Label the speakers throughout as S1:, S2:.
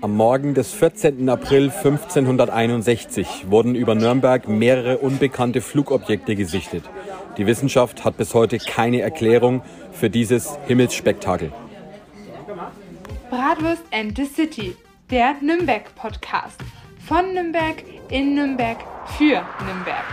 S1: Am Morgen des 14. April 1561 wurden über Nürnberg mehrere unbekannte Flugobjekte gesichtet. Die Wissenschaft hat bis heute keine Erklärung für dieses Himmelsspektakel.
S2: Bratwurst and the City, der Nürnberg-Podcast. Von Nürnberg in Nürnberg für Nürnberg.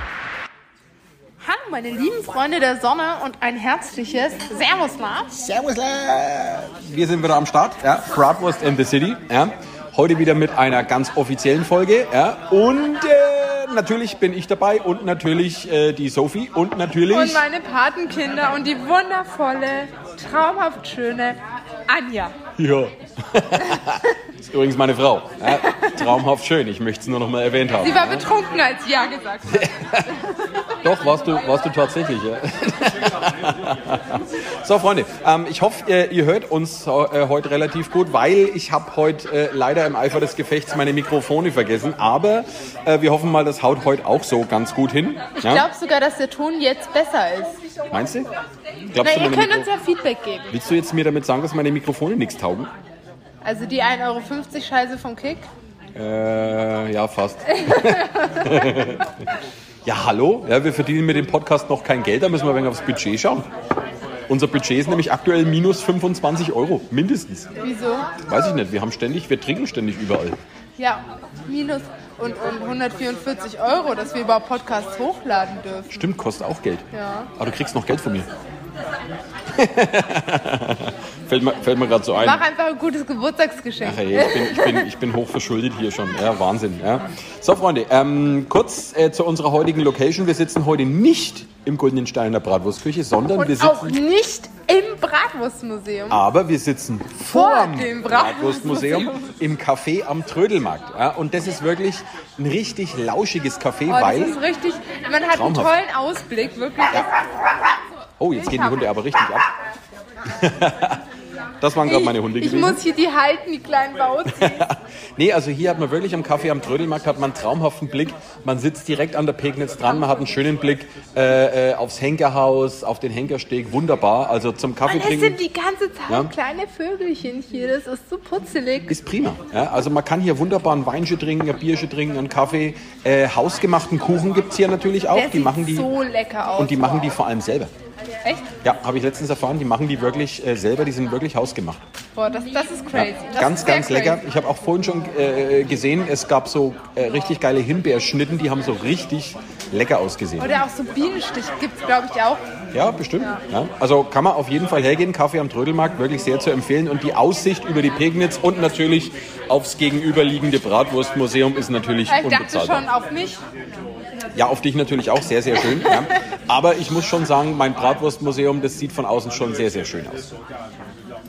S2: Hallo meine lieben Freunde der Sonne und ein herzliches Servus Lars.
S3: Servus, Lars.
S1: Wir sind wieder am Start, ja, Bratwurst in the City. Ja. Heute wieder mit einer ganz offiziellen Folge. Ja. Und äh, natürlich bin ich dabei und natürlich äh, die Sophie und natürlich...
S2: Und meine Patenkinder und die wundervolle, traumhaft schöne Anja.
S1: ja. ist übrigens meine Frau. Ja. Traumhaft schön, ich möchte es nur noch mal erwähnt haben.
S2: Sie war betrunken, als sie Ja gesagt hat.
S1: Doch, warst du, warst du tatsächlich, ja. so, Freunde, ähm, ich hoffe, ihr, ihr hört uns äh, heute relativ gut, weil ich habe heute äh, leider im Eifer des Gefechts meine Mikrofone vergessen. Aber äh, wir hoffen mal, das haut heute auch so ganz gut hin.
S2: Ich glaube sogar, dass der Ton jetzt besser ist.
S1: Meinst du?
S2: Na,
S1: Glaubst du,
S2: ihr
S1: meine
S2: könnt
S1: Mikro
S2: uns ja Feedback geben.
S1: Willst du jetzt mir damit sagen, dass meine Mikrofone nichts taugen?
S2: Also die 1,50 Euro Scheiße vom Kick.
S1: Äh, ja, fast. ja, hallo? Ja, wir verdienen mit dem Podcast noch kein Geld, da müssen wir ein wenig aufs Budget schauen. Unser Budget ist nämlich aktuell minus 25 Euro, mindestens.
S2: Wieso?
S1: Weiß ich nicht, wir haben ständig, wir trinken ständig überall.
S2: Ja, minus und, und 144 Euro, dass wir überhaupt Podcasts hochladen dürfen.
S1: Stimmt, kostet auch Geld.
S2: Ja.
S1: Aber du kriegst noch Geld von mir. fällt mir, fällt mir gerade so ein.
S2: Mach einfach ein gutes Geburtstagsgeschenk.
S1: Ach, ey, ich, bin, ich, bin, ich bin hochverschuldet hier schon. Ja, Wahnsinn. Ja. So, Freunde, ähm, kurz äh, zu unserer heutigen Location. Wir sitzen heute nicht im Goldenen Stein der Bratwurstküche, sondern wir
S2: und
S1: sitzen.
S2: auch nicht im Bratwurstmuseum.
S1: Aber wir sitzen vor dem Bratwurstmuseum im Café am Trödelmarkt. Ja, und das ist wirklich ein richtig lauschiges Café,
S2: Oh, das
S1: weil.
S2: ist richtig, man hat einen
S1: Traumhaft.
S2: tollen Ausblick, wirklich.
S1: Oh, jetzt gehen die Hunde aber richtig ab. das waren gerade meine Hunde
S2: ich
S1: gewesen.
S2: muss hier die halten, die kleinen Bauten.
S1: Nee, also hier hat man wirklich am Kaffee am Trödelmarkt hat man einen traumhaften Blick. Man sitzt direkt an der Pegnitz dran, man hat einen schönen Blick äh, äh, aufs Henkerhaus, auf den Henkersteg, wunderbar. Also zum Kaffee
S2: Und es
S1: trinken
S2: sind die ganze Zeit
S1: Ja.
S2: kleine Vögelchen hier, das ist so putzelig.
S1: ist prima. Ja, also man kann hier wunderbar einen Weinchen trinken, ein Bierchen trinken, einen Kaffee. Äh, hausgemachten Kuchen gibt es hier natürlich auch.
S2: Der
S1: Die
S2: sieht
S1: machen die
S2: so lecker aus.
S1: und die machen die vor allem selber.
S2: Echt?
S1: Ja, habe ich letztens erfahren, die machen die wirklich äh, selber, die sind wirklich hausgemacht.
S2: Boah, das, das ist
S1: Ja,
S2: crazy. Das
S1: ganz,
S2: ist sehr
S1: ganz lecker.
S2: crazy.
S1: Ich habe auch vorhin schon äh, gesehen, es gab so äh, richtig geile Himbeerschnitten, die haben so richtig lecker ausgesehen.
S2: Oder auch so Bienenstich gibt es, glaube ich, auch.
S1: Ja, bestimmt. Ja. Also kann man auf jeden Fall hergehen. Kaffee am Trödelmarkt wirklich sehr zu empfehlen. Und die Aussicht über die Pegnitz und natürlich aufs gegenüberliegende Bratwurstmuseum ist natürlich
S2: Ich dachte
S1: unbezahlbar.
S2: Äh, schon auf mich.
S1: Ja, auf dich natürlich auch sehr, sehr schön. Ja. Aber ich muss schon sagen, mein Bratwurstmuseum, das sieht von außen schon sehr, sehr schön aus.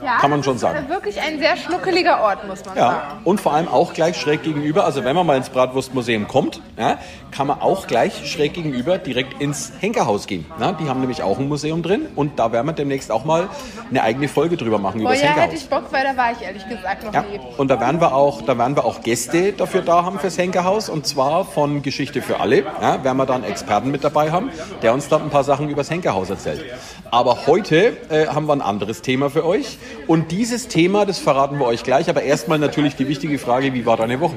S2: Ja,
S1: Kann man schon
S2: das
S1: sagen.
S2: ist äh, Wirklich ein sehr schnuckeliger Ort, muss man sagen.
S1: Ja, und vor allem auch gleich schräg gegenüber, also wenn man mal ins Bratwurstmuseum kommt, ja, kann man auch gleich schräg gegenüber direkt ins Henkerhaus gehen. Na, die haben nämlich auch ein Museum drin und da werden wir demnächst auch mal eine eigene Folge drüber machen über
S2: Boah,
S1: das
S2: ja, hätte
S1: Henkerhaus.
S2: ich Bock, weil da war ich ehrlich gesagt noch
S1: Ja,
S2: nie.
S1: und da werden wir auch, da werden wir auch Gäste dafür da haben fürs Henkerhaus und zwar von Geschichte für alle. Ja, werden wir dann Experten mit dabei haben, der uns dann ein paar Sachen über das Henkerhaus erzählt. Aber heute äh, haben wir ein anderes Thema für euch und dieses Thema, das verraten wir euch gleich. Aber erstmal natürlich die wichtige Frage: Wie war deine Woche?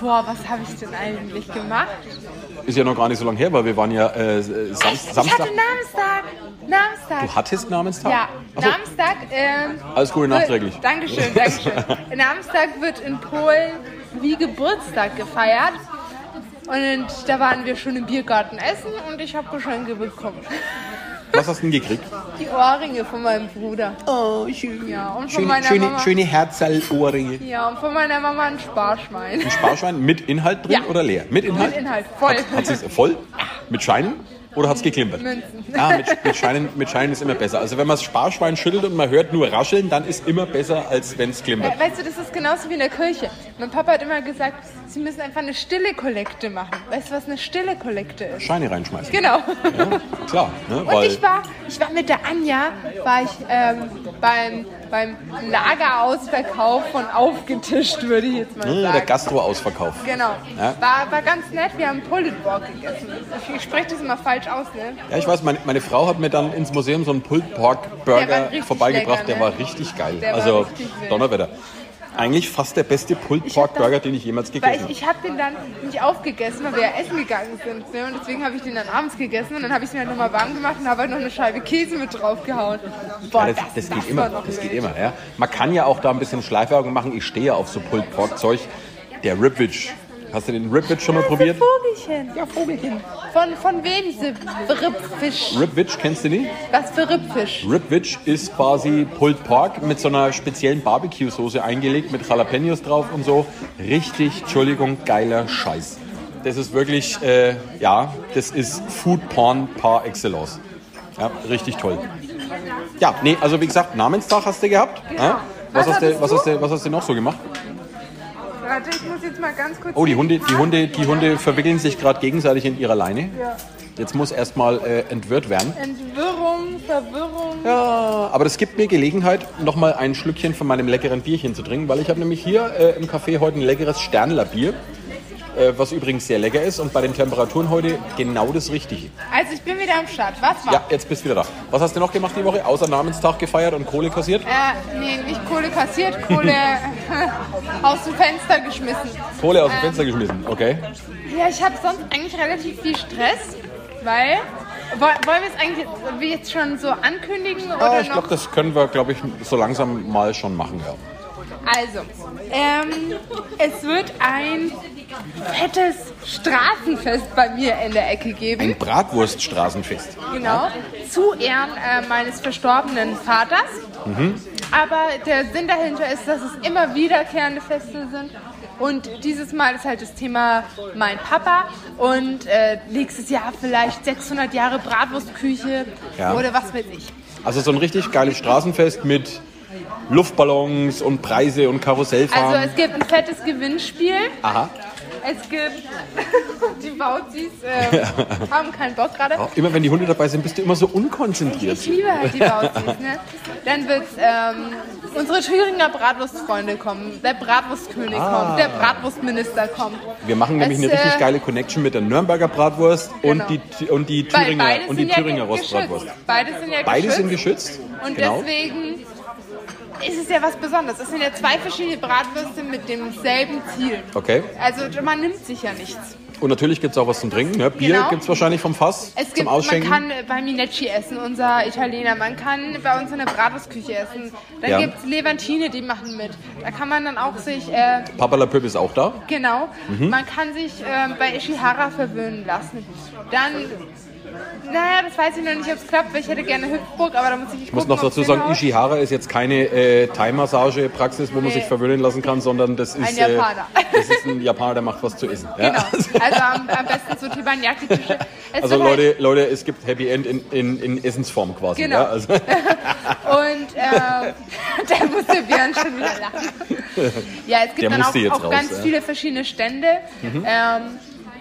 S2: Boah, was habe ich denn eigentlich gemacht?
S1: Ist ja noch gar nicht so lange her, weil wir waren ja äh, äh, Sam
S2: Ich
S1: Samstag.
S2: hatte Namenstag. Namenstag.
S1: Du hattest Namenstag?
S2: ja,
S1: Ach so.
S2: Namenstag. Ähm,
S1: Alles Gute
S2: wird-
S1: nachträglich.
S2: Dankeschön, Dankeschön. Namenstag wird in Polen wie Geburtstag gefeiert. Und da waren wir schon im Biergarten essen und ich habe Geschenke bekommen.
S1: Was hast du denn gekriegt?
S2: Die Ohrringe von meinem Bruder.
S1: Oh, schön.
S2: Ja, und von
S1: schöne
S2: meiner
S1: schöne,
S2: Mama.
S1: schöne Herzerl-Ohrringe.
S2: Ja, und von meiner Mama ein Sparschwein.
S1: Ein Sparschwein mit Inhalt drin
S2: Ja.
S1: oder leer? Mit Inhalt?
S2: Mit Inhalt, voll.
S1: Hat sie es voll? Mit Scheinen? Oder hat es geklimpert?
S2: Münzen.
S1: Ah, mit, mit, Scheinen, mit Scheinen ist immer besser. Also wenn man das Sparschwein schüttelt und man hört nur rascheln, dann ist immer besser, als wenn es klimpert.
S2: Ja, Weißt du, das ist genauso wie in der Kirche. Mein Papa hat immer gesagt, sie müssen einfach eine stille Kollekte machen. Weißt du, was eine stille Kollekte ist?
S1: Scheine reinschmeißen.
S2: Genau.
S1: Klar, ne?
S2: Und
S1: Weil
S2: ich war, ich war mit der Anja, war ich ähm, beim, beim Lagerausverkauf von aufgetischt, würde ich jetzt mal
S1: ne, der
S2: sagen.
S1: Gastroausverkauf.
S2: Genau.
S1: Ja.
S2: War, war ganz nett, wir haben Pulled Pork gegessen. Ich, ich spreche das immer falsch aus, ne?
S1: Ja, ich weiß, meine, meine Frau hat mir dann ins Museum so einen Pulled Pork
S2: Der war
S1: Burger
S2: richtig
S1: vorbeigebracht,
S2: lecker, ne?
S1: der war richtig geil.
S2: Der war
S1: also
S2: richtig wild.
S1: Donnerwetter. eigentlich fast der beste Pulled
S2: Ich
S1: Pork
S2: hab dann-
S1: Burger, den ich jemals gegessen
S2: Weil
S1: habe.
S2: ich, ich habe den dann nicht aufgegessen, weil wir ja essen gegangen sind. Ne? Und deswegen habe ich den dann abends gegessen und dann habe ich es mir halt nochmal warm gemacht und habe halt noch eine Scheibe Käse mit draufgehauen. Boah,
S1: Ja, das, das geht immer,
S2: war noch
S1: das geht
S2: wild.
S1: immer, ja. Man kann ja auch da ein bisschen Schleifwerbung machen. Ich stehe ja auf so Pulled Pork Zeug. Der Ribwich. Hast du den Ribwich schon mal probiert?
S2: Vogelchen. Ja, Vogelchen. Von, von wem diese Rippfisch?
S1: Ribwich kennst du nicht?
S2: Was für Rippfisch?
S1: Ribwich ist quasi Pulled Pork mit so einer speziellen Barbecue-Soße eingelegt, mit Jalapenos drauf und so. Richtig, Entschuldigung, geiler Scheiß. Das ist wirklich, äh, ja, das ist Food Porn par excellence. Ja, richtig toll. Ja, nee, also wie gesagt, Namenstag hast du gehabt. Ja? Was,
S2: Genau. Was
S1: hast du,
S2: hattest
S1: was,
S2: du?
S1: hast du, was hast du noch so gemacht?
S2: Warte, ich muss jetzt mal ganz kurz.
S1: Oh, die Hunde, die Hunde, die Hunde verwickeln sich gerade gegenseitig in ihrer Leine. Jetzt muss erstmal äh, entwirrt werden.
S2: Entwirrung, Verwirrung.
S1: Ja, aber das gibt mir Gelegenheit, nochmal ein Schlückchen von meinem leckeren Bierchen zu trinken, weil ich habe nämlich hier äh, im Café heute ein leckeres Sternlerbier, äh, was übrigens sehr lecker ist und bei den Temperaturen heute genau das Richtige.
S2: Also ich bin wieder am Start. Was war?
S1: Ja, jetzt bist du wieder da. Was hast du noch gemacht die Woche, außer Namenstag gefeiert und Kohle kassiert?
S2: Äh, nee, nicht Kohle kassiert, Kohle aus dem Fenster geschmissen.
S1: Kohle aus dem Fenster geschmissen, okay.
S2: Ja, ich habe sonst eigentlich relativ viel Stress, weil. Woll- Wollen wir es eigentlich jetzt, wir jetzt schon so ankündigen? Oder
S1: Ah, ich
S2: noch?
S1: glaube, das können wir, glaube ich, so langsam mal schon machen, ja.
S2: Also, ähm, es wird ein fettes Straßenfest bei mir in der Ecke geben.
S1: Ein Bratwurststraßenfest.
S2: Genau. Zu Ehren äh, meines verstorbenen Vaters. Aber der Sinn dahinter ist, dass es immer wiederkehrende Feste sind. Und dieses Mal ist halt das Thema mein Papa und äh, nächstes Jahr vielleicht 600 Jahre Bratwurstküche
S1: Ja.
S2: oder was weiß ich.
S1: Also so ein richtig geiles Straßenfest mit Luftballons und Preise und Karussellfahren.
S2: Also es gibt ein fettes Gewinnspiel.
S1: Aha.
S2: Es gibt die Bauzis äh, haben keinen Bock gerade.
S1: Auch immer wenn die Hunde dabei sind, bist du immer so
S2: Ich
S1: unkonzentriert.
S2: liebe halt die Bauzis, ne? Dann wird ähm, unsere Thüringer Bratwurstfreunde kommen, der Bratwurstkönig kommt, der Bratwurstminister kommt.
S1: Ah. Wir machen nämlich
S2: Es,
S1: eine richtig
S2: äh,
S1: geile Connection mit der Nürnberger Bratwurst
S2: Genau.
S1: und die und die
S2: weil
S1: Thüringer
S2: beide
S1: und die
S2: sind
S1: Thüringer
S2: ja
S1: Rostbratwurst.
S2: geschützt. Beide sind ja
S1: Beide
S2: geschützt.
S1: sind geschützt.
S2: Und
S1: genau.
S2: deswegen ist es ja was Besonderes. Es sind ja zwei verschiedene Bratwürste mit demselben Ziel.
S1: Okay.
S2: Also man nimmt sich ja nichts.
S1: Und natürlich gibt es auch was zum Trinken. Ne? Bier
S2: Genau.
S1: gibt es wahrscheinlich vom Fass
S2: Es
S1: zum
S2: gibt, man
S1: Ausschenken.
S2: kann bei Minecci essen, unser Italiener. Man kann bei uns in der Bratwurstküche essen. Dann
S1: Ja.
S2: gibt es Levantine, die machen mit. Da kann man dann auch sich, äh,
S1: Papa La Pöpp ist auch da.
S2: genau,
S1: Mhm.
S2: man kann sich äh, bei Ishihara verwöhnen lassen. Dann, naja, das weiß ich noch nicht, ob es klappt, weil ich hätte gerne Hüpfburg, aber da muss ich nicht
S1: Ich muss noch dazu sagen, Ishihara ist jetzt keine äh, Thai-Massage-Praxis, wo man
S2: Nee.
S1: sich verwöhnen lassen kann, sondern das ist,
S2: Japaner.
S1: Äh, das ist ein Japaner, der macht was zu essen. Ja?
S2: Genau, also am, am besten so Tibanyaki-Tische. Es
S1: Also
S2: wird halt-
S1: Leute, Leute, es gibt Happy End in, in, in Essensform quasi.
S2: Genau.
S1: Ja? Also,
S2: Und äh, da muss der Björn schon wieder lachen. Ja, es gibt
S1: Der
S2: dann auch,
S1: musste jetzt
S2: auch
S1: raus,
S2: ganz
S1: ja. Mhm.
S2: viele verschiedene Stände. Ähm,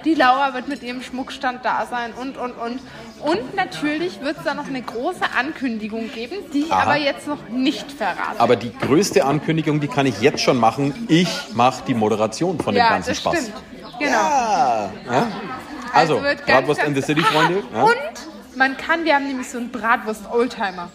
S2: die Laura wird mit ihrem Schmuckstand da sein und, und, und. Und natürlich wird es da noch eine große Ankündigung geben, die ich
S1: Aha.
S2: aber jetzt noch nicht verrate.
S1: Aber die größte Ankündigung, die kann ich jetzt schon machen. Ich mache die Moderation von dem
S2: ja,
S1: ganzen
S2: das
S1: Spaß. Ah,
S2: stimmt. Genau.
S1: Also,
S2: wird ganz,
S1: Bratwurst
S2: ganz-
S1: in the City,
S2: Ah,
S1: Freunde. Ja?
S2: Und man kann, wir haben nämlich so einen Bratwurst-Oldtimer.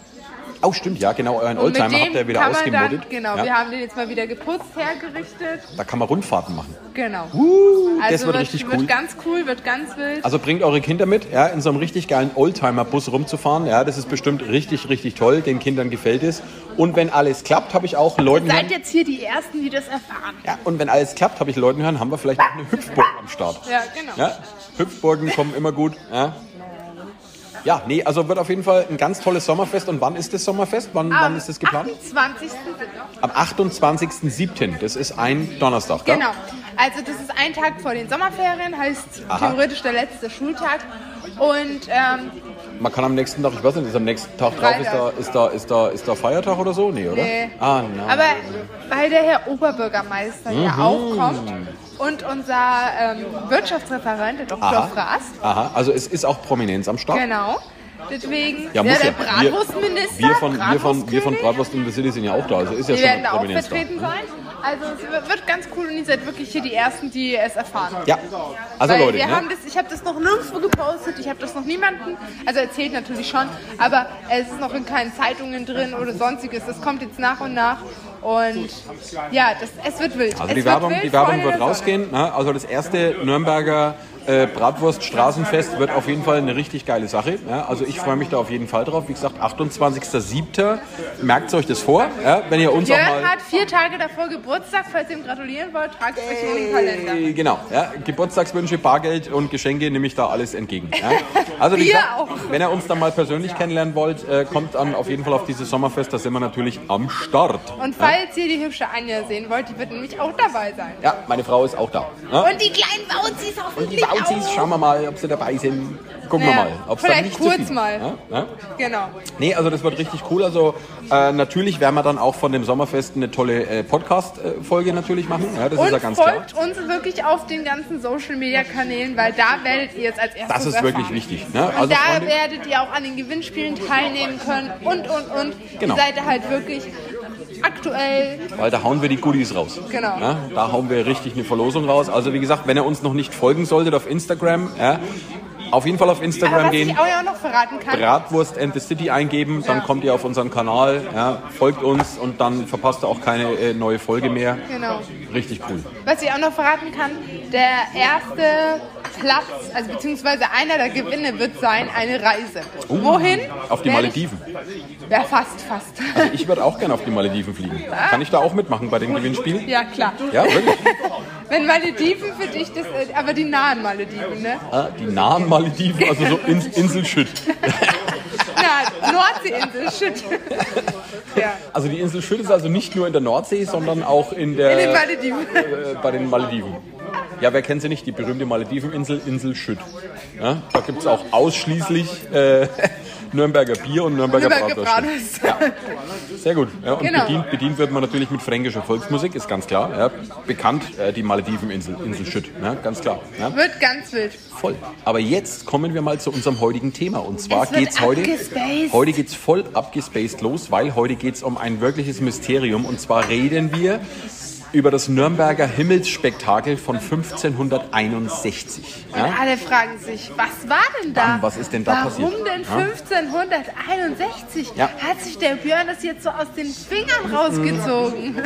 S1: Oh, stimmt, ja, genau. Euren
S2: Und mit
S1: Oldtimer habt
S2: dem
S1: ihr wieder
S2: kann man
S1: ausgemodet.
S2: dann, Genau,
S1: ja,
S2: wir haben den jetzt mal wieder geputzt, hergerichtet.
S1: da kann man Rundfahrten machen.
S2: Genau.
S1: Uh,
S2: Also
S1: das wird, richtig cool.
S2: Wird ganz cool, wird ganz wild.
S1: also bringt eure Kinder mit, ja, in so einem richtig geilen Oldtimer-Bus rumzufahren. Ja, das ist bestimmt richtig, richtig toll. Den Kindern gefällt es. Und wenn alles klappt, habe ich auch Leuten
S2: Seid
S1: hören.
S2: jetzt hier die Ersten, die das erfahren.
S1: Ja, und wenn alles klappt, habe ich Leuten hören, haben wir vielleicht noch eine Hüpfburg am Start.
S2: Ja, genau.
S1: Ja, Hüpfburgen kommen immer gut. Ja. ja, nee, also wird auf jeden Fall ein ganz tolles Sommerfest. Und wann ist das Sommerfest? Wann, wann ist das geplant?
S2: 28.
S1: Am 28.07. Das ist ein Donnerstag, gell?
S2: Genau. Also das ist ein Tag vor den Sommerferien, heißt
S1: Aha.
S2: theoretisch der letzte Schultag. Und ähm,
S1: Man kann am nächsten Tag, ich weiß nicht, ist am nächsten Tag drauf, ist da,
S2: Freitag.
S1: ist, da, ist, da, ist da Feiertag oder so? Nee, oder?
S2: Nee.
S1: Ah, nein.
S2: aber weil der Herr Oberbürgermeister ja
S1: Mhm.
S2: auch kommt und unser ähm, Wirtschaftsreferent, der Dr.
S1: Aha.
S2: Fraß,
S1: Aha, also es ist auch Prominenz am Start.
S2: genau, Deswegen,
S1: Ja, muss
S2: der
S1: ja.
S2: Bratwurstminister,
S1: Wir von, wir von, wir von
S2: Bratwurstkönig,
S1: Bratwurst in the City sind ja auch da. Also ist ja
S2: die
S1: schon Mhm.
S2: werden da auch
S1: Prominenz
S2: vertreten sein. Also es wird ganz cool und ihr seid wirklich hier die Ersten, die es erfahren.
S1: Ja, also
S2: Weil
S1: Leute,
S2: wir haben
S1: ne?
S2: das, ich habe das noch nirgendwo gepostet, ich habe das noch niemanden, also erzählt natürlich schon, aber es ist noch in keinen Zeitungen drin oder sonstiges. Das kommt jetzt nach und nach und ja, das, es wird wild.
S1: also
S2: es
S1: die
S2: wird
S1: Werbung,
S2: wild,
S1: die Werbung
S2: Freunde der
S1: wird
S2: Sonne.
S1: rausgehen. Ne? Also das erste Nürnberger äh, Bratwurst-Straßenfest wird auf jeden Fall eine richtig geile Sache. Ne? Also ich freue mich da auf jeden Fall drauf. Wie gesagt, 28.07. Merkt euch das vor, ja? wenn ihr uns auch
S2: Jörn
S1: mal...
S2: hat vier Tage davor Geburtstag, falls ihr ihm gratulieren wollt, tragt es euch in den Kalender.
S1: Äh, Genau, ja, Geburtstagswünsche, Bargeld und Geschenke nehme ich da alles entgegen. Ja. Also wie
S2: Wir
S1: gesagt,
S2: auch.
S1: wenn ihr uns dann mal persönlich kennenlernen wollt, äh, kommt dann auf jeden Fall auf dieses Sommerfest, da sind wir natürlich am Start.
S2: Und falls ihr die hübsche Anja sehen wollt, die wird nämlich auch dabei sein.
S1: Ja, meine Frau ist auch da. Ne?
S2: Und die kleinen Bauzis hoffentlich
S1: Die Bauzis,
S2: auch.
S1: schauen wir mal, ob sie dabei sind. Gucken
S2: Ja,
S1: wir mal. Ob's
S2: vielleicht
S1: dann nicht
S2: kurz
S1: zu viel. ne?
S2: mal.
S1: Ja, ja.
S2: Genau.
S1: Nee, also das wird richtig cool. Also äh, natürlich werden wir dann auch von dem Sommerfest eine tolle äh, Podcast-Folge natürlich machen. Ja, das ist
S2: Und
S1: ja ganz klar.
S2: folgt uns wirklich auf den ganzen Social Media Kanälen, weil da werdet ihr es als erstes
S1: Das ist
S2: erfahren.
S1: wirklich wichtig. Ne?
S2: Und
S1: Also
S2: da
S1: Freunde,
S2: werdet ihr auch an den Gewinnspielen teilnehmen können und und und.
S1: Genau.
S2: Ihr seid da halt wirklich aktuell.
S1: weil da hauen wir die Goodies raus.
S2: Genau.
S1: Ja, da hauen wir richtig eine Verlosung raus. Also wie gesagt, wenn ihr uns noch nicht folgen solltet auf Instagram, ja, auf jeden Fall auf
S2: Aber
S1: Instagram
S2: was
S1: gehen.
S2: ich euch auch noch verraten kann,
S1: Bratwurst and the City eingeben, dann kommt ihr auf unseren Kanal, ja, folgt uns und dann verpasst ihr auch keine äh, neue Folge mehr.
S2: Genau.
S1: Richtig cool.
S2: was ich auch noch verraten kann, der erste Platz, also beziehungsweise einer der Gewinne wird sein, eine Reise. Wohin?
S1: Uh. Oh, Auf die
S2: Werde
S1: Malediven.
S2: Ich, ja, fast, fast.
S1: Also ich würde auch gerne auf die Malediven fliegen.
S2: Ah.
S1: Kann ich da auch mitmachen bei dem Gewinnspiel?
S2: ja, klar.
S1: Ja, wirklich.
S2: Wenn Malediven für dich das, äh, aber die nahen Malediven, ne?
S1: Ah, Die nahen Malediven, also so In Inselschütt.
S2: Na, Nordseeinsel, shit. ja,
S1: Also die Insel Schütt ist also nicht nur in der Nordsee, sondern auch in der
S2: in den Malediven.
S1: äh, bei den Malediven. Ja, wer kennt sie nicht? Die berühmte Malediveninsel, Insel Schütt. Ja, da gibt es auch ausschließlich äh, Nürnberger Bier und Nürnberger,
S2: Nürnberger
S1: Bratwürste.
S2: Bratwurst.
S1: Sehr gut. Ja, und
S2: Genau.
S1: bedient, bedient wird man natürlich mit fränkischer Volksmusik, ist ganz klar. Ja, bekannt äh, die Malediveninsel, Insel Schütt, ja, ganz klar. Ja,
S2: Wird ganz wild.
S1: voll. Aber jetzt kommen wir mal zu unserem heutigen Thema. Und zwar
S2: Es wird
S1: geht's heute.
S2: abgespaced.
S1: Heute geht's voll abgespaced los, weil heute geht's um ein wirkliches Mysterium. Und zwar reden wir über das Nürnberger Himmelsspektakel von 1561. Ja?
S2: Alle fragen sich, was war denn da?
S1: Mann, was ist denn da
S2: Warum
S1: passiert?
S2: denn
S1: Ja.
S2: 1561?
S1: Ja.
S2: Hat sich der Björn das jetzt so aus den Fingern
S1: Mhm.
S2: rausgezogen?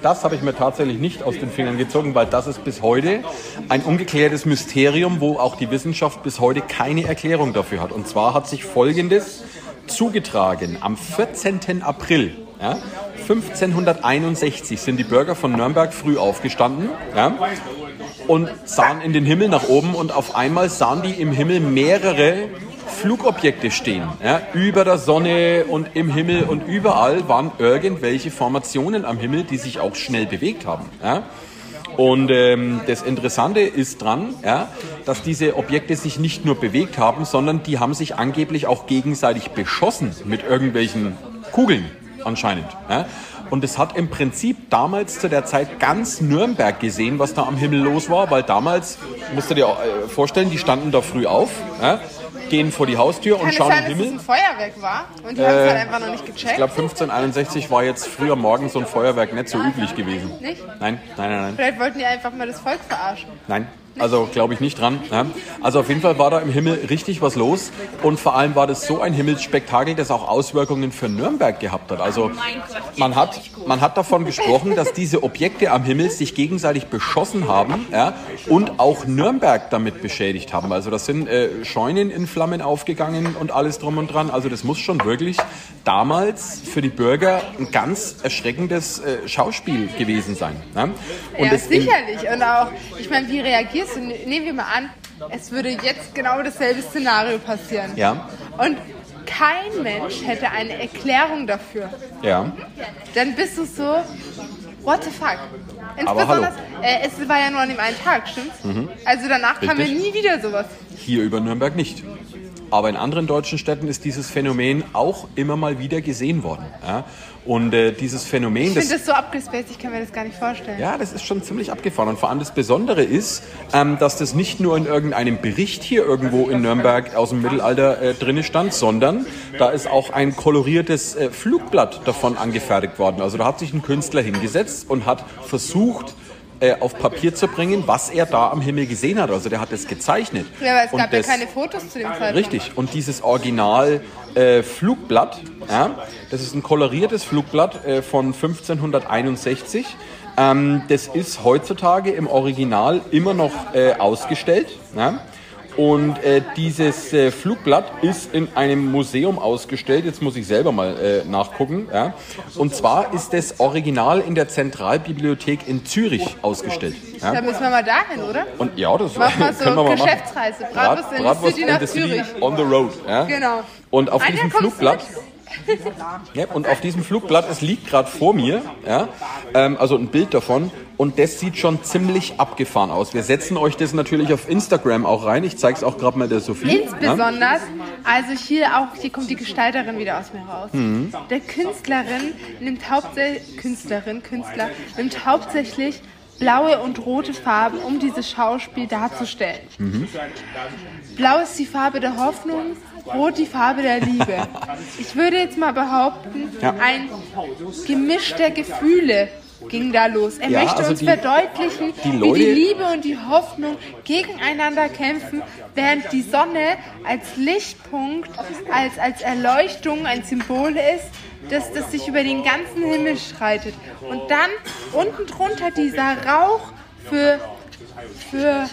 S1: Das habe ich mir tatsächlich nicht aus den Fingern gezogen, weil das ist bis heute ein ungeklärtes Mysterium, wo auch die Wissenschaft bis heute keine Erklärung dafür hat. Und zwar hat sich Folgendes zugetragen. Am 14. April ja, 1561 sind die Bürger von Nürnberg früh aufgestanden ja, und sahen in den Himmel nach oben und auf einmal sahen die im Himmel mehrere Flugobjekte stehen. Ja, über der Sonne und im Himmel und überall waren irgendwelche Formationen am Himmel, die sich auch schnell bewegt haben. Ja. Und ähm, das Interessante ist dran, ja, dass diese Objekte sich nicht nur bewegt haben, sondern die haben sich angeblich auch gegenseitig beschossen mit irgendwelchen Kugeln anscheinend. Ja. Und es hat im Prinzip damals zu der Zeit ganz Nürnberg gesehen, was da am Himmel los war, weil damals, musst du dir äh, vorstellen, die standen da früh auf, ja, gehen vor die Haustür
S2: Kann
S1: und
S2: es
S1: schauen
S2: sein,
S1: im
S2: dass es
S1: Himmel. Äh,
S2: ein Feuerwerk war? Und die haben es halt einfach noch nicht gecheckt?
S1: Ich glaube, 1561 war jetzt früher morgens so ein Feuerwerk nicht so üblich gewesen.
S2: Nicht?
S1: Nein, nein, nein, nein.
S2: Vielleicht wollten die einfach mal das Volk verarschen.
S1: Nein, also glaube ich nicht dran. Ja. Also auf jeden Fall war da im Himmel richtig was los und vor allem war das so ein Himmelsspektakel, das auch Auswirkungen für Nürnberg gehabt hat. Also man hat, man hat davon gesprochen, dass diese Objekte am Himmel sich gegenseitig beschossen haben ja, und auch Nürnberg damit beschädigt haben. Also das sind äh, Scheunen in Flammen aufgegangen und alles drum und dran. Also das muss schon wirklich damals für die Bürger ein ganz erschreckendes äh, Schauspiel gewesen sein. Ne? Und
S2: ja,
S1: es in-
S2: sicherlich. Und auch, ich meine, wie reagierst du? Ne, Nehmen wir mal an, es würde jetzt genau dasselbe Szenario passieren.
S1: Ja.
S2: Und kein Mensch hätte eine Erklärung dafür.
S1: ja.
S2: Dann bist du so, what the fuck?
S1: Aber hallo. Mhm.
S2: Insbesondere, äh, es war ja nur an dem einen Tag, stimmt's? Also danach kam ja
S1: Richtig.
S2: nie wieder sowas.
S1: Hier über Nürnberg nicht. Aber in anderen deutschen Städten ist dieses Phänomen auch immer mal wieder gesehen worden. Ja? Und äh, dieses Phänomen,
S2: Ich finde das so abgespaced, ich kann mir das gar nicht vorstellen.
S1: ja, das ist schon ziemlich abgefahren. Und vor allem das Besondere ist, ähm, dass das nicht nur in irgendeinem Bericht hier irgendwo in Nürnberg aus dem Mittelalter äh, drinne stand, sondern da ist auch ein koloriertes äh, Flugblatt davon angefertigt worden. Also da hat sich ein Künstler hingesetzt und hat versucht, äh, auf Papier zu bringen, was er da am Himmel gesehen hat. Also der hat das gezeichnet.
S2: Ja, aber es
S1: Und
S2: gab ja
S1: das-
S2: keine Fotos zu dem Zeitpunkt.
S1: Richtig. Und dieses Original äh, Flugblatt, ja, das ist ein koloriertes Flugblatt äh, von 1561. Ähm, das ist heutzutage im Original immer noch äh, ausgestellt. Ja. Und äh, dieses äh, Flugblatt ist in einem Museum ausgestellt. Jetzt muss ich selber mal äh, nachgucken. Ja. Und zwar ist das Original in der Zentralbibliothek in Zürich ausgestellt. Ja.
S2: Da müssen wir mal dahin, oder?
S1: Und ja, das
S2: Mach mal so
S1: können wir mal machen.
S2: Geschäftsreise. Bratwurst in die City nach Zürich.
S1: on the road. Ja?
S2: Genau.
S1: Und auf
S2: Anja,
S1: diesem
S2: kommst du
S1: Flugblatt. Ja, und auf diesem Flugblatt, es liegt gerade vor mir, ja, ähm, also ein Bild davon. Und das sieht schon ziemlich abgefahren aus. Wir setzen euch das natürlich auf Instagram auch rein. Ich zeige es auch gerade mal der Sophie. Ja?
S2: Insbesondere, also hier auch, hier kommt die Gestalterin wieder aus mir raus.
S1: Hm.
S2: Der Künstlerin nimmt hauptsächlich, Künstlerin, Künstler, nimmt hauptsächlich blaue und rote Farben, um dieses Schauspiel darzustellen.
S1: Mhm.
S2: Blau ist die Farbe der Hoffnung, rot die Farbe der Liebe. Ich würde jetzt mal behaupten,
S1: Ja.
S2: ein Gemisch der Gefühle ging da los. Er
S1: Ja,
S2: möchte
S1: also
S2: uns
S1: die-
S2: verdeutlichen,
S1: die
S2: wie die
S1: Leute-
S2: Liebe Liebe und die Hoffnung gegeneinander kämpfen, während die Sonne als Lichtpunkt, als, als Erleuchtung ein Symbol ist, das, das sich über den ganzen Himmel schreitet. Und dann unten drunter dieser Rauch für. für.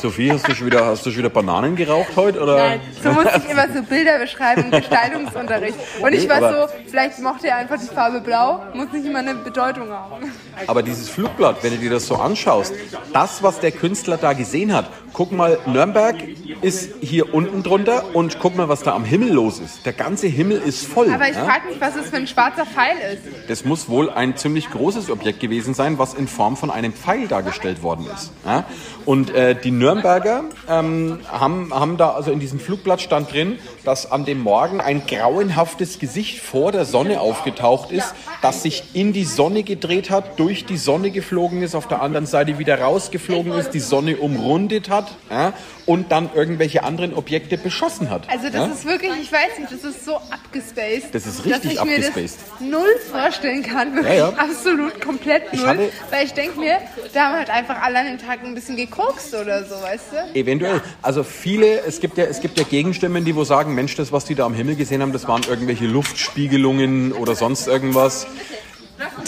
S1: Sophie, hast du, schon wieder, hast du schon wieder Bananen geraucht heute? Oder?
S2: Nein, so muss ich immer so Bilder beschreiben im Gestaltungsunterricht. Und ich
S1: Nee,
S2: war
S1: aber-
S2: so, vielleicht mochte er einfach die Farbe blau, muss nicht immer eine Bedeutung haben.
S1: Aber dieses Flugblatt, wenn du dir das so anschaust, das, was der Künstler da gesehen hat, guck mal, Nürnberg ist hier unten drunter und guck mal, was da am Himmel los ist. Der ganze Himmel ist voll.
S2: Aber ich
S1: ja?
S2: frage mich, was es für ein schwarzer Pfeil ist.
S1: Das muss wohl ein ziemlich großes Objekt gewesen sein, was in Form von einem Pfeil dargestellt worden ist. Ja? Und äh, die Nürnberger ähm, haben, haben da, also in diesem Flugblatt stand drin, dass an dem Morgen ein grauenhaftes Gesicht vor der Sonne aufgetaucht ist, das sich in die Sonne gedreht hat, durch die Sonne geflogen ist, auf der anderen Seite wieder rausgeflogen ist, die Sonne umrundet hat ja? und dann irgendwelche anderen Objekte beschossen hat.
S2: Also das
S1: ja?
S2: ist wirklich, ich weiß nicht, das ist so abgespaced.
S1: Das ist
S2: dass
S1: richtig
S2: ich mir
S1: abgespaced.
S2: Das null vorstellen kann, wirklich
S1: Ja, ja.
S2: absolut komplett null.
S1: hatte-
S2: weil ich denke mir, da haben halt einfach alle an dem Tag ein bisschen gekokst oder so, weißt du?
S1: Eventuell. Also viele, es gibt ja, es gibt ja Gegenstimmen, die wo sagen, Mensch, das, was die da am Himmel gesehen haben, das waren irgendwelche Luftspiegelungen oder sonst irgendwas.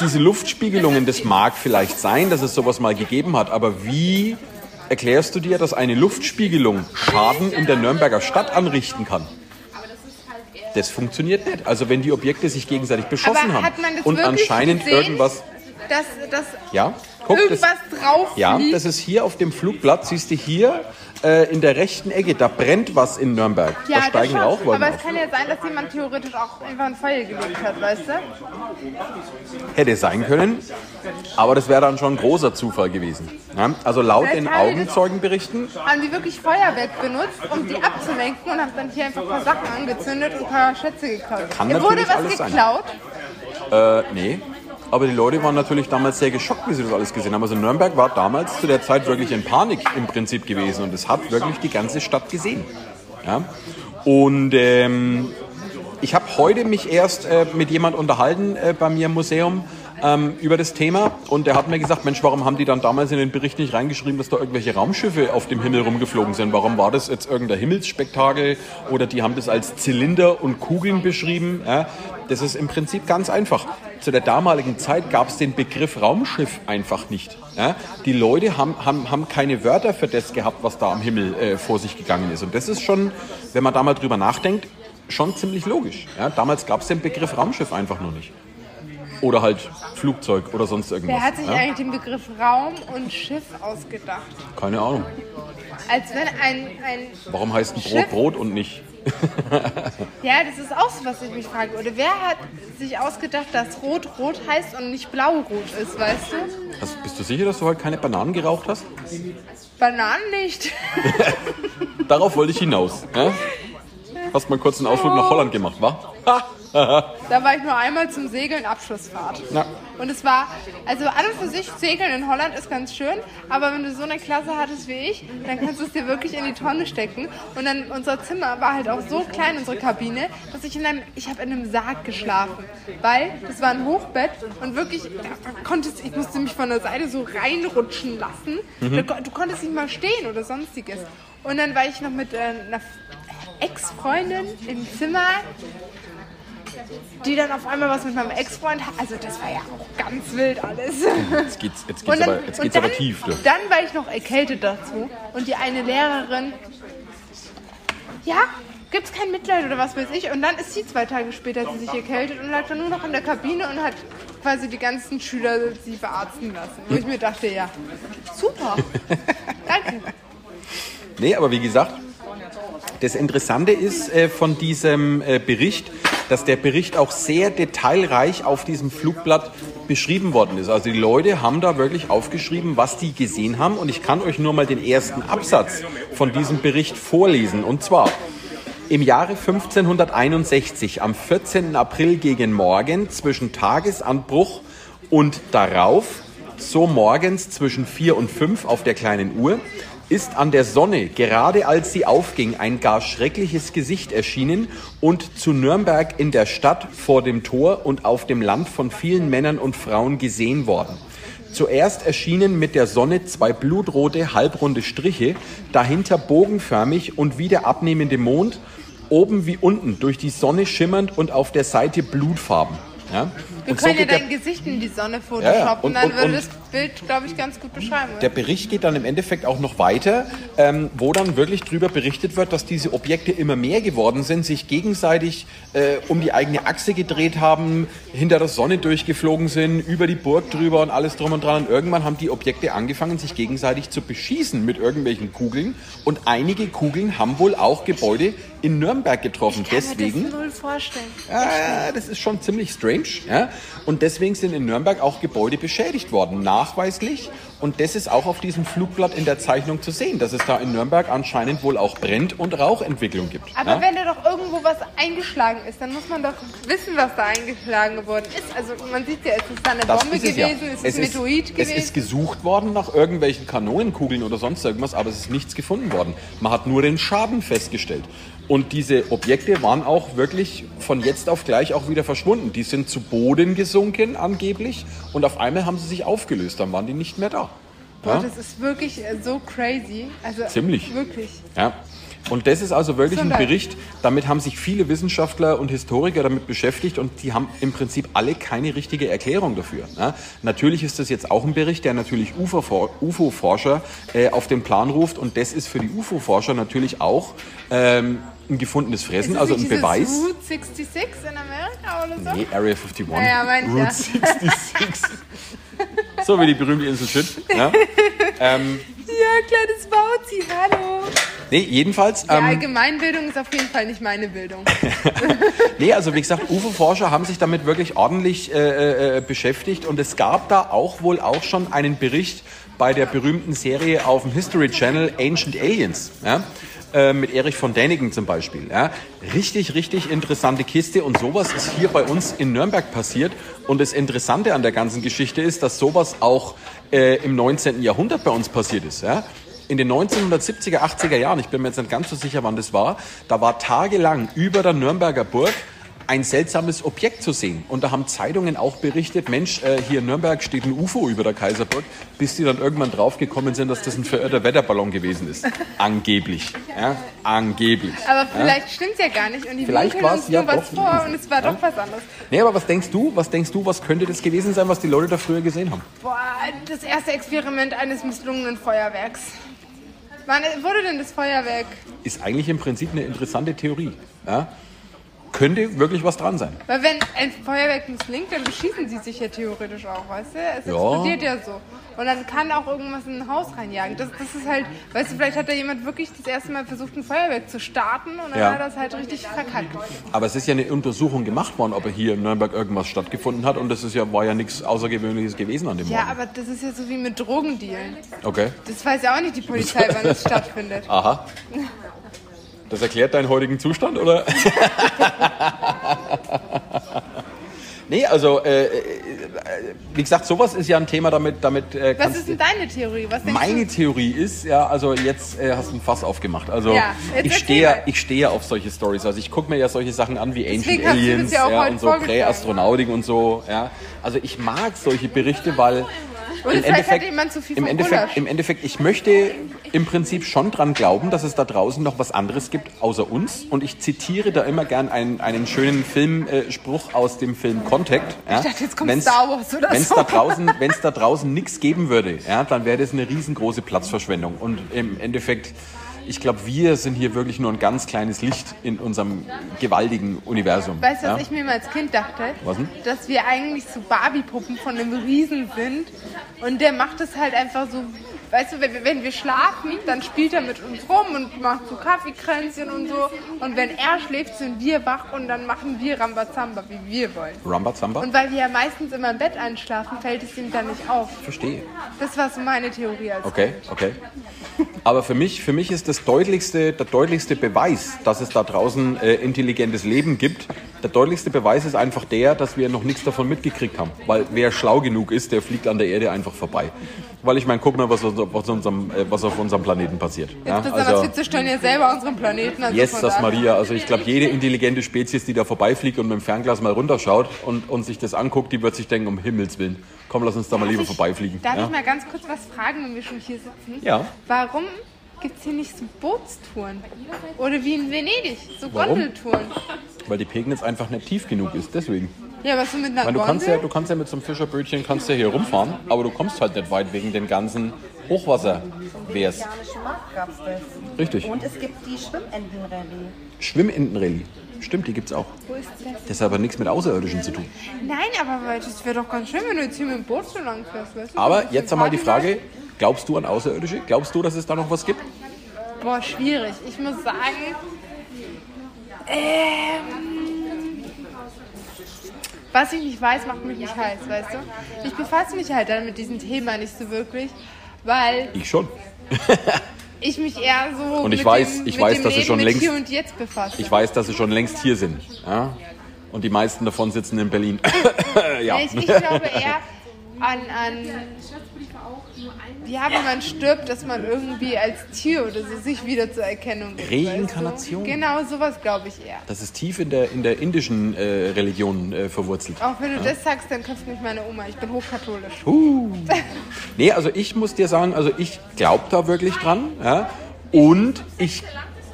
S1: Diese Luftspiegelungen, das mag vielleicht sein, dass es sowas mal gegeben hat, aber wie erklärst du dir, dass eine Luftspiegelung Schaden in der Nürnberger Stadt anrichten kann? Das funktioniert nicht. Also wenn die Objekte sich gegenseitig beschossen
S2: Aber
S1: haben
S2: hat man das
S1: und
S2: wirklich
S1: anscheinend
S2: gesehen?
S1: irgendwas
S2: Dass, dass
S1: Ja, guck, das-
S2: irgendwas drauf
S1: ja,
S2: liegt.
S1: das ist hier auf dem Flugblatt, siehst du hier äh, in der rechten Ecke, da brennt was in Nürnberg. da
S2: ja, das
S1: steigen
S2: schon.
S1: Rauchwolken
S2: Aber es
S1: auf.
S2: kann ja sein, dass jemand theoretisch auch einfach ein Feuer gelegt hat, weißt du?
S1: Hätte sein können, aber das wäre dann schon ein großer Zufall gewesen. Ja? Also laut
S2: Vielleicht
S1: den
S2: haben die das-
S1: Augenzeugenberichten,
S2: Haben die wirklich Feuerwerk benutzt, um die abzulenken und haben dann hier einfach ein paar Sachen angezündet und ein paar Schätze geklaut.
S1: Kann
S2: Ihr wurde
S1: natürlich
S2: was
S1: alles sein.
S2: geklaut?
S1: äh, nee. Aber die Leute waren natürlich damals sehr geschockt, wie sie das alles gesehen haben. Also Nürnberg war damals zu der Zeit wirklich in Panik im Prinzip gewesen und es hat wirklich die ganze Stadt gesehen. Ja? Und ähm, Ich habe heute mich erst äh, mit jemand unterhalten äh, bei mir im Museum ähm, über das Thema und der hat mir gesagt, Mensch, warum haben die dann damals in den Bericht nicht reingeschrieben, dass da irgendwelche Raumschiffe auf dem Himmel rumgeflogen sind? Warum war das jetzt irgendein Himmelsspektakel oder die haben das als Zylinder und Kugeln beschrieben? Ja? Das ist im Prinzip ganz einfach. Zu der damaligen Zeit gab es den Begriff Raumschiff einfach nicht. Ja? Die Leute haben, haben, haben keine Wörter für das gehabt, was da am Himmel äh, vor sich gegangen ist. Und das ist schon, wenn man da mal drüber nachdenkt, schon ziemlich logisch. Ja, damals gab es den Begriff Raumschiff einfach noch nicht. Oder halt Flugzeug oder sonst irgendwas.
S2: Wer hat sich
S1: ja?
S2: eigentlich den Begriff Raum und Schiff ausgedacht?
S1: Keine Ahnung.
S2: Als wenn ein, ein
S1: Warum heißt ein Brot
S2: Schiff?
S1: Brot und nicht?
S2: Ja, das ist auch so, was ich mich fragen würde. Wer hat sich ausgedacht, dass rot rot heißt und nicht blau rot ist, weißt du?
S1: Hast, bist du sicher, dass du heute keine Bananen geraucht hast?
S2: Bananen nicht.
S1: Darauf wollte ich hinaus. Ja? Hast mal kurz einen Ausflug nach Holland gemacht, wa?
S2: Da war ich nur einmal zum Segeln Abschlussfahrt.
S1: Ja.
S2: Und es war, also an und für sich, Segeln in Holland ist ganz schön, aber wenn du so eine Klasse hattest wie ich, dann kannst du es dir wirklich in die Tonne stecken. Und dann unser Zimmer war halt auch so klein, unsere Kabine, dass ich in einem, ich habe in einem Sarg geschlafen, weil das war ein Hochbett und wirklich, da konntest, ich musste mich von der Seite so reinrutschen lassen. Da kon- Du konntest nicht mal stehen oder sonstiges. Und dann war ich noch mit äh, einer Ex-Freundin im Zimmer die dann auf einmal was mit meinem Ex-Freund hat. Also das war ja auch ganz wild alles.
S1: Jetzt geht's, jetzt
S2: Und
S1: geht's,
S2: dann,
S1: aber, jetzt
S2: und
S1: geht's
S2: dann,
S1: aber tief. Du.
S2: dann war ich noch erkältet dazu. Und die eine Lehrerin, ja, gibt's kein Mitleid oder was weiß ich. Und dann ist sie zwei Tage später, hat sie sich erkältet und lag dann nur noch in der Kabine und hat quasi die ganzen Schüler sie verarzten lassen. Wo ich mir dachte, ja, super, danke.
S1: Nee, aber wie gesagt, das Interessante ist äh, von diesem äh, Bericht, dass der Bericht auch sehr detailreich auf diesem Flugblatt beschrieben worden ist. Also die Leute haben da wirklich aufgeschrieben, was die gesehen haben. Und ich kann euch nur mal den ersten Absatz von diesem Bericht vorlesen. Und zwar, im Jahre 1561, am 14. April gegen Morgen, zwischen Tagesanbruch und darauf, so morgens zwischen 4 und 5 auf der kleinen Uhr, ist an der Sonne, gerade als sie aufging, ein gar schreckliches Gesicht erschienen und zu Nürnberg in der Stadt vor dem Tor und auf dem Land von vielen Männern und Frauen gesehen worden. Zuerst erschienen mit der Sonne zwei blutrote, halbrunde Striche, dahinter bogenförmig und wieder abnehmende Mond, oben wie unten, durch die Sonne schimmernd und auf der Seite Blutfarben. Ja?
S2: Wir
S1: Und so
S2: können ja
S1: geht der,
S2: dein Gesicht in die Sonne
S1: ja.
S2: photoshoppen,
S1: Und-
S2: dann
S1: und-
S2: würde
S1: und-
S2: das Bild, glaube ich, ganz gut beschreiben.
S1: der
S2: Oder?
S1: Bericht geht dann im Endeffekt auch noch weiter, ähm, wo dann wirklich drüber berichtet wird, dass diese Objekte immer mehr geworden sind, sich gegenseitig äh, um die eigene Achse gedreht haben, hinter der Sonne durchgeflogen sind, über die Burg drüber und alles drum und dran. Und irgendwann haben die Objekte angefangen, sich gegenseitig zu beschießen mit irgendwelchen Kugeln. Und einige Kugeln haben wohl auch Gebäude in Nürnberg getroffen. Deswegen
S2: Kann mir das null vorstellen.
S1: ja, Ah, das ist schon ziemlich strange. Ja? Und deswegen sind in Nürnberg auch Gebäude beschädigt worden, nachweislich. Und das ist auch auf diesem Flugblatt in der Zeichnung zu sehen, dass es da in Nürnberg anscheinend wohl auch brennt und Rauchentwicklung gibt.
S2: Aber
S1: ja?
S2: wenn da doch irgendwo was eingeschlagen ist, dann muss man doch wissen, was da eingeschlagen worden ist. Also man sieht ja, es ist da eine
S1: das
S2: Bombe
S1: ist es
S2: gewesen,
S1: ja.
S2: es ist ein Meteorit
S1: ist, es
S2: gewesen.
S1: ist gesucht worden nach irgendwelchen Kanonenkugeln oder sonst irgendwas, aber es ist nichts gefunden worden. Man hat nur den Schaden festgestellt. Und diese Objekte waren auch wirklich von jetzt auf gleich auch wieder verschwunden. Die sind zu Boden gesunken angeblich und auf einmal haben sie sich aufgelöst, dann waren die nicht mehr da.
S2: Boah, das ist wirklich äh, so crazy. Also
S1: Ziemlich.
S2: Wirklich.
S1: Ja. Und das ist also wirklich ein
S2: Gesundheit.
S1: Bericht, damit haben sich viele Wissenschaftler und Historiker damit beschäftigt und die haben im Prinzip alle keine richtige Erklärung dafür. Ne? Natürlich ist das jetzt auch ein Bericht, der natürlich UFO-For- UFO-Forscher äh, auf den Plan ruft und das ist für die UFO-Forscher natürlich auch ähm, ein gefundenes Fressen,
S2: Ist es
S1: also ein
S2: nicht
S1: Beweis.
S2: dieses Route 66 in Amerika oder so?
S1: Nee, Area 51.
S2: Ja, mein ich
S1: Route
S2: ja.
S1: 66. so wie die berühmte Insel Shit. Ja?
S2: Ja, kleines Bauzi, hallo.
S1: Nee, jedenfalls.
S2: Ja,
S1: ähm,
S2: Allgemeinbildung ist auf jeden Fall nicht meine Bildung.
S1: Nee, also wie gesagt, UFO-Forscher haben sich damit wirklich ordentlich äh, äh, beschäftigt und es gab da auch wohl auch schon einen Bericht bei der berühmten Serie auf dem History Channel Ancient Aliens. Ja? Äh, Mit Erich von Däniken zum Beispiel. Ja. Richtig, richtig interessante Kiste. Und sowas ist hier bei uns in Nürnberg passiert. Und das Interessante an der ganzen Geschichte ist, dass sowas auch äh, im 19. Jahrhundert bei uns passiert ist. Ja. In den 1970er, 80er Jahren, ich bin mir jetzt nicht ganz so sicher, wann das war, da war tagelang über der Nürnberger Burg ein seltsames Objekt zu sehen. Und da haben Zeitungen auch berichtet, Mensch, äh, hier in Nürnberg steht ein UFO über der Kaiserburg, bis die dann irgendwann draufgekommen sind, dass das ein verirrter Wetterballon gewesen ist. Angeblich. Ja? Angeblich.
S2: Aber vielleicht stimmt's ja gar nicht und die
S1: Vielleicht
S2: winkeln
S1: war's
S2: uns
S1: ja
S2: nur was
S1: doch ein
S2: vor
S1: Ufo.
S2: und es war doch was anderes.
S1: Nee, aber was denkst du? Was denkst du, was könnte das gewesen sein, was die Leute da früher gesehen haben?
S2: Boah, das erste Experiment eines misslungenen Feuerwerks. Wann wurde denn das Feuerwerk?
S1: Ist eigentlich im Prinzip eine interessante Theorie. Ja? Könnte wirklich was dran sein.
S2: Weil wenn ein Feuerwerk misslingt, dann beschießen sie sich ja theoretisch auch, weißt du? Es
S1: Ja.
S2: explodiert ja so. Und dann kann auch irgendwas in ein Haus reinjagen. Das, das ist halt, weißt du, vielleicht hat da jemand wirklich das erste Mal versucht, ein Feuerwerk zu starten und dann
S1: Ja.
S2: hat er das halt richtig verkackt.
S1: Aber es ist ja eine Untersuchung gemacht worden, ob hier in Nürnberg irgendwas stattgefunden hat. Und das ist ja, war ja nichts Außergewöhnliches gewesen an dem
S2: Ja, aber das ist ja so wie mit Drogendealen.
S1: Morgen. Okay.
S2: Das weiß ja auch nicht die Polizei, wann es stattfindet.
S1: Aha. Das erklärt deinen heutigen Zustand, oder? nee, also, äh, äh, wie gesagt, sowas ist ja ein Thema, damit, damit äh,
S2: Was
S1: kannst
S2: ist denn deine Theorie? Was denkst
S1: meine
S2: du?
S1: Theorie ist, ja, also jetzt äh, hast du ein Fass aufgemacht. Also
S2: Ja, jetzt
S1: ich
S2: erzähl
S1: stehe ja-
S2: mal.
S1: ich stehe ja auf solche Stories. Also ich gucke mir ja solche Sachen an wie Ancient
S2: Deswegen hast du das
S1: Aliens
S2: ja auch heute
S1: und so
S2: vorgeschlagen.
S1: Präastronautik und so. Ja. Also ich mag solche Berichte, weil
S2: Oder
S1: im
S2: vielleicht hat
S1: Endeffekt,
S2: jemand zu viel
S1: im,
S2: vom
S1: Endeffekt,
S2: Gulasch.
S1: im Endeffekt, ich möchte im Prinzip schon dran glauben, dass es da draußen noch was anderes gibt außer uns. Und ich zitiere da immer gern einen, einen schönen Filmspruch äh, Spruch aus dem Film Contact. Ja. Ich
S2: dachte, jetzt kommt Star Wars oder
S1: wenn's
S2: so.
S1: Da draußen, wenn es da draußen nichts geben würde, ja, dann wäre das eine riesengroße Platzverschwendung. Und im Endeffekt, ich glaube, wir sind hier wirklich nur ein ganz kleines Licht in unserem gewaltigen Universum.
S2: Weißt du,
S1: ja?
S2: was ich mir mal als Kind dachte?
S1: Was denn?
S2: Dass wir eigentlich so Barbie-Puppen von einem Riesen sind. Und der macht es halt einfach so. Weißt du, wenn, wir- wenn wir schlafen, dann spielt er mit uns rum und macht so Kaffeekränzchen und so. Und wenn er schläft, sind wir wach und dann machen wir Rambazamba, wie wir wollen.
S1: Rumba Zamba?
S2: Und weil wir ja meistens immer im Bett einschlafen, fällt es ihm dann nicht auf.
S1: Verstehe.
S2: Das war so meine Theorie als
S1: Okay, okay. Aber für mich, für mich ist das deutlichste, der deutlichste Beweis, dass es da draußen äh, intelligentes Leben gibt, der deutlichste Beweis ist einfach der, dass wir noch nichts davon mitgekriegt haben. Weil wer schlau genug ist, der fliegt an der Erde einfach vorbei. Weil ich meine, guck mal, was, unser- was, unserem, äh, was auf unserem Planeten passiert. Ja, also-
S2: Jetzt besonders wir zerstören ja selber unseren Planeten. Also
S1: Yes,
S2: von
S1: das
S2: daher-
S1: Maria. Also ich glaube, jede intelligente Spezies, die da vorbeifliegt und mit dem Fernglas mal runterschaut und, und sich das anguckt, die wird sich denken, um Himmels Willen, komm, lass uns da mal lieber
S2: Darf ich-
S1: vorbeifliegen.
S2: Darf
S1: ja?
S2: ich mal ganz kurz was fragen, wenn wir schon hier sitzen?
S1: Ja.
S2: Warum gibt es hier nicht so Bootstouren? Oder wie in Venedig, so
S1: Warum?
S2: Gondeltouren?
S1: Weil die Pegnitz einfach nicht tief genug ist, deswegen.
S2: Ja, was so mit einer
S1: Ich meine, du kannst ja,
S2: Gondel?
S1: du kannst ja mit so einem Fischerbrötchen kannst ja hier rumfahren, aber du kommst halt nicht weit wegen dem ganzen Hochwasser. Wär's.
S3: Janische Markt gab's das.
S1: Richtig.
S3: Und es gibt die Schwimmentenrallye.
S1: Schwimmentenrallye. Stimmt, die gibt's auch.
S2: Wo ist das?
S1: Das hat aber nichts mit Außerirdischen zu tun.
S2: Nein, aber weil das wäre doch ganz schön, wenn du jetzt hier mit dem Boot so lang fährst. Weißt du?
S1: Aber
S2: Bisschen
S1: jetzt einmal die
S2: Party
S1: Frage, glaubst du an Außerirdische? Glaubst du, dass es da noch was gibt?
S2: machen. Boah, schwierig. Ich muss sagen. Ähm, was ich nicht weiß, macht mich nicht heiß, weißt du? Ich befasse mich halt dann mit diesem Thema nicht so wirklich, weil
S1: Ich schon.
S2: ich mich eher so
S1: Und ich
S2: mit
S1: weiß-
S2: dem,
S1: ich
S2: mit
S1: weiß,
S2: dem
S1: dass sie
S2: Leben
S1: schon
S2: mit
S1: längst-
S2: hier und jetzt befasse.
S1: Ich weiß, dass sie schon längst hier sind. Ja? Und die meisten davon sitzen in Berlin. ja.
S2: ich, ich glaube eher an, an ja, wenn man stirbt, dass man irgendwie als Tier oder so sich wieder zur Erkennung gibt.
S1: Reinkarnation.
S2: Weißt du? Genau, sowas glaube ich eher.
S1: Das ist tief in der, in der indischen äh, Religion äh, verwurzelt.
S2: Auch wenn du das sagst, dann köpft mich meine Oma. Ich bin hochkatholisch.
S1: Nee, also ich muss dir sagen, also ich glaube da wirklich dran. Ja? Und ich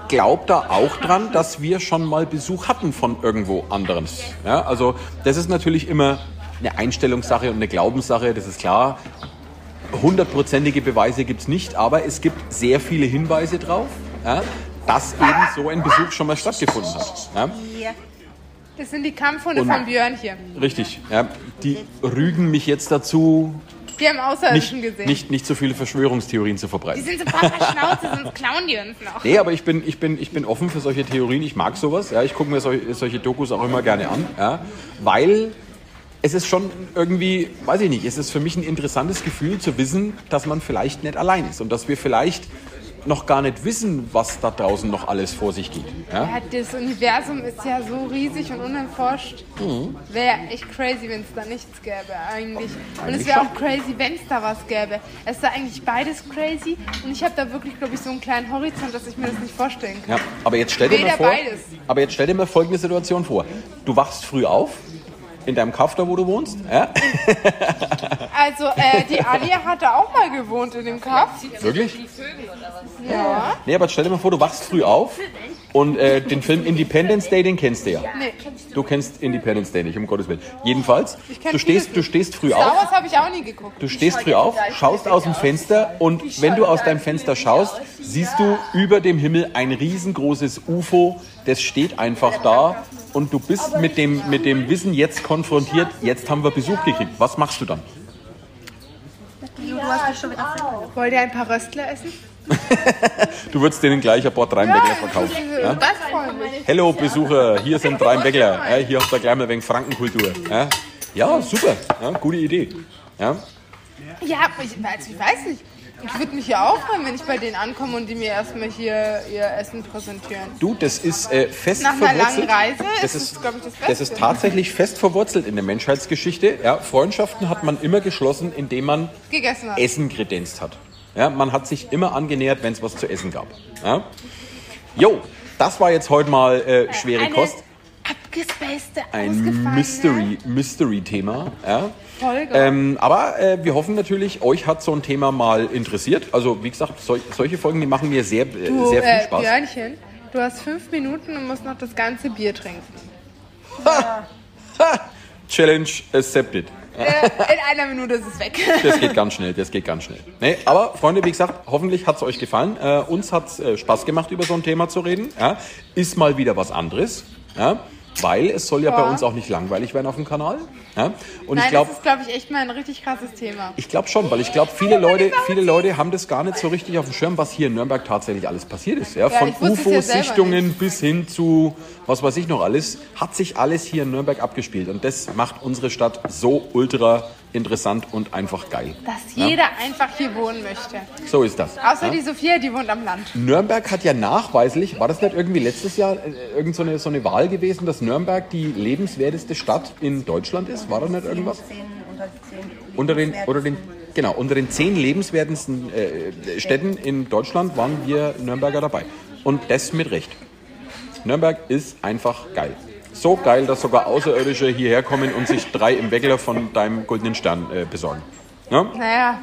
S1: glaube da auch dran, dass wir schon mal Besuch hatten von irgendwo anderem. Ja? Also das ist natürlich immer eine Einstellungssache und eine Glaubenssache, das ist klar. Hundertprozentige Beweise gibt es nicht, aber es gibt sehr viele Hinweise drauf, ja? dass eben so ein Besuch schon mal stattgefunden hat. Ja?
S2: Das sind die Kampfhunde
S1: Und-
S2: von Björn hier.
S1: Richtig. Ja? Die rügen mich jetzt dazu,
S2: Die haben
S1: nicht,
S2: Außerirdischen gesehen.
S1: nicht, nicht so viele Verschwörungstheorien zu verbreiten.
S2: Die sind so Schnauze, sonst klauen die uns noch.
S1: Nee, aber ich bin, ich bin, ich bin offen für solche Theorien. Ich mag sowas. Ja, ich gucke mir sol solche Dokus auch immer gerne an. Ja, weil es ist schon irgendwie, weiß ich nicht, es ist für mich ein interessantes Gefühl zu wissen, dass man vielleicht nicht allein ist und dass wir vielleicht noch gar nicht wissen, was da draußen noch alles vor sich geht. Ja?
S2: Ja, das Universum ist ja so riesig und unerforscht.
S1: Mhm.
S2: Wäre echt crazy, wenn es da nichts gäbe eigentlich. Und es
S1: Eigentlich
S2: wäre
S1: schon.
S2: auch crazy, wenn es da was gäbe. Es ist da eigentlich beides crazy und ich habe da wirklich, glaube ich, so einen kleinen Horizont, dass ich mir das nicht vorstellen kann.
S1: Ja, aber jetzt stell dir
S2: Weder
S1: mal vor,
S2: beides.
S1: aber jetzt stell dir mal folgende Situation vor: Du wachst früh auf in deinem Kaff da, wo du wohnst. Ja?
S2: Also, äh, die Anja hat da auch mal gewohnt in dem Kaff.
S1: Wirklich?
S2: Ja.
S1: Nee, aber stell dir mal vor, du wachst früh auf und äh, den Film Independence Day, den kennst du ja.
S2: Nee.
S1: Du kennst Independence Day nicht, um Gottes Willen. Jedenfalls,
S2: kenn
S1: du stehst,
S2: viele
S1: du stehst früh
S2: Star
S1: auf,
S2: Wars habe ich auch nie geguckt.
S1: du stehst früh auf, schaust aus dem Fenster und wenn du aus deinem Fenster schaust, siehst du über dem Himmel ein riesengroßes UFO, das steht einfach da und du bist mit dem, mit dem Wissen jetzt konfrontiert, jetzt haben wir Besuch gekriegt. Was machst du dann?
S3: Du hast mich schon wieder verloren.
S2: Wollt ihr ein paar Röstler essen?
S1: Du würdest denen gleich ein paar Dreimbeckler verkaufen. Ja?
S2: Das freut mich.
S1: Hello Besucher, hier sind Dreimbeckler. Ja, hier habt ihr gleich mal ein wenig Frankenkultur. Ja, ja super, ja, gute Idee. Ja?
S2: Ja, ich, also, ich weiß nicht. Ich würde mich ja auch freuen, wenn ich bei denen ankomme und die mir erstmal hier ihr Essen präsentieren.
S1: Du, das ist äh, fest
S2: Nach einer
S1: verwurzelt.
S2: langen Reise
S1: das
S2: ist es,
S1: ist,
S2: glaub ich, das
S1: das ist
S2: Beste.
S1: tatsächlich fest verwurzelt in der Menschheitsgeschichte. Ja, Freundschaften hat man immer geschlossen, indem man
S2: Gegessen hat.
S1: Essen kredenzt hat. Ja, man hat sich immer angenähert, wenn es was zu essen gab. Ja. Jo, das war jetzt heute mal äh, schwere
S2: Eine
S1: Kost.
S2: abgespacede,
S1: Ein
S2: ausgefallene
S1: Mystery- Mystery-Thema. ja.
S2: Folge.
S1: Ähm, aber äh, wir hoffen natürlich, euch hat so ein Thema mal interessiert. Also wie gesagt, sol solche Folgen, die machen mir sehr, äh,
S2: du,
S1: sehr viel
S2: äh,
S1: Spaß.
S2: Björnchen, du hast fünf Minuten und musst noch das ganze Bier trinken.
S1: Ha! Challenge accepted.
S2: Äh, in einer Minute ist es weg.
S1: Das geht ganz schnell, das geht ganz schnell. Nee, aber Freunde, wie gesagt, hoffentlich hat es euch gefallen. Äh, uns hat es äh, Spaß gemacht, über so ein Thema zu reden. Ja? Ist mal wieder was anderes. Ja? Weil es soll ja,
S2: Ja.
S1: bei uns auch nicht langweilig werden auf dem Kanal. Ja? Und ich
S2: Nein,
S1: glaube,
S2: das ist, glaube ich, echt mal ein richtig krasses Thema.
S1: ich glaube schon, weil ich glaube, viele Leute, viele Leute haben das gar nicht so richtig auf dem Schirm, was hier in Nürnberg tatsächlich alles passiert ist. Ja?
S2: Ja,
S1: Von
S2: ich wusste es ja selber
S1: UFO-Sichtungen bis hin zu was weiß ich noch alles, hat sich alles hier in Nürnberg abgespielt. Und das macht unsere Stadt so ultra interessant und einfach geil.
S2: Dass
S1: Ja.
S2: jeder einfach hier wohnen möchte.
S1: So ist das.
S2: Außer
S1: Ja?
S2: die Sophia, die wohnt am Land.
S1: Nürnberg hat ja nachweislich, war das nicht irgendwie letztes Jahr äh, irgend so eine, so eine Wahl gewesen, dass Nürnberg die lebenswerteste Stadt in Deutschland ist? War da nicht irgendwas?
S3: Zehn unter zehn.
S1: Unter den, oder den, genau, unter den zehn lebenswertesten äh, Städten in Deutschland waren wir Nürnberger dabei. Und das mit Recht. Nürnberg ist einfach geil. So geil, dass sogar Außerirdische hierher kommen und sich drei im Weckler von deinem goldenen Stern äh, besorgen. Ja?
S2: Naja,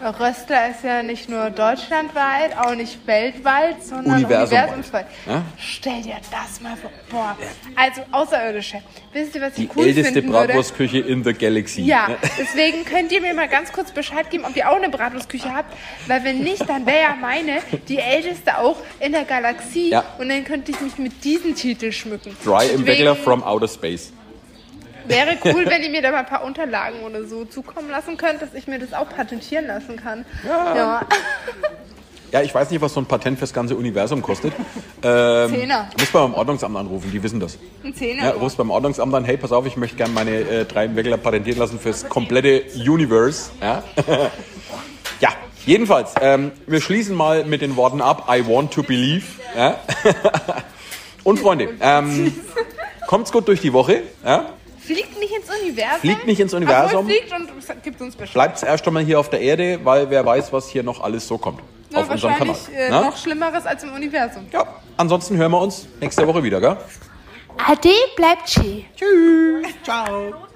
S2: Röster ist ja nicht nur deutschlandweit, auch nicht weltweit, sondern
S1: Universumweit.
S2: universumsweit.
S1: Ja?
S2: Stell dir das mal vor. Boah. Also Außerirdische. Wisst ihr, was
S1: Die
S2: ich cool
S1: älteste
S2: finden würde?
S1: Bratwurstküche in the Galaxy.
S2: Ja,
S1: Ne?
S2: deswegen könnt ihr mir mal ganz kurz Bescheid geben, ob ihr auch eine Bratwurstküche habt. Weil wenn nicht, dann wäre ja meine die älteste auch in der Galaxie.
S1: Ja.
S2: Und dann könnte ich mich mit diesem Titel schmücken.
S1: Dry im
S2: Deswegen
S1: Weckler from Outer Space.
S2: Wäre cool, wenn ihr mir da mal ein paar Unterlagen oder so zukommen lassen könnt, dass ich mir das auch patentieren lassen kann. Ja.
S1: Ja, ich weiß nicht, was so ein Patent fürs ganze Universum kostet. Ähm,
S2: Zehner.
S1: Muss beim Ordnungsamt anrufen, die wissen das.
S2: Ein Zehner.
S1: Ja, rufst beim Ordnungsamt an, hey, pass auf, ich möchte gerne meine äh, drei Weckler patentieren lassen fürs komplette Universe. Ja, ja jedenfalls, ähm, wir schließen mal mit den Worten ab, I want to believe. Ja? Und Freunde, ähm, kommt's gut durch die Woche. Ja?
S2: Fliegt nicht ins Universum.
S1: Fliegt nicht ins Universum.
S2: Obwohl fliegt und es gibt uns Bescheid.
S1: Bleibt's erst einmal hier auf der Erde, weil wer weiß, was hier noch alles so kommt.
S2: Ja,
S1: auf unserem Kanal.
S2: wahrscheinlich äh,
S1: Na?
S2: noch Schlimmeres als im Universum.
S1: Ja, ansonsten hören wir uns nächste Woche wieder, gell?
S4: Ade bleibt schön.
S1: Tschüss. Ciao.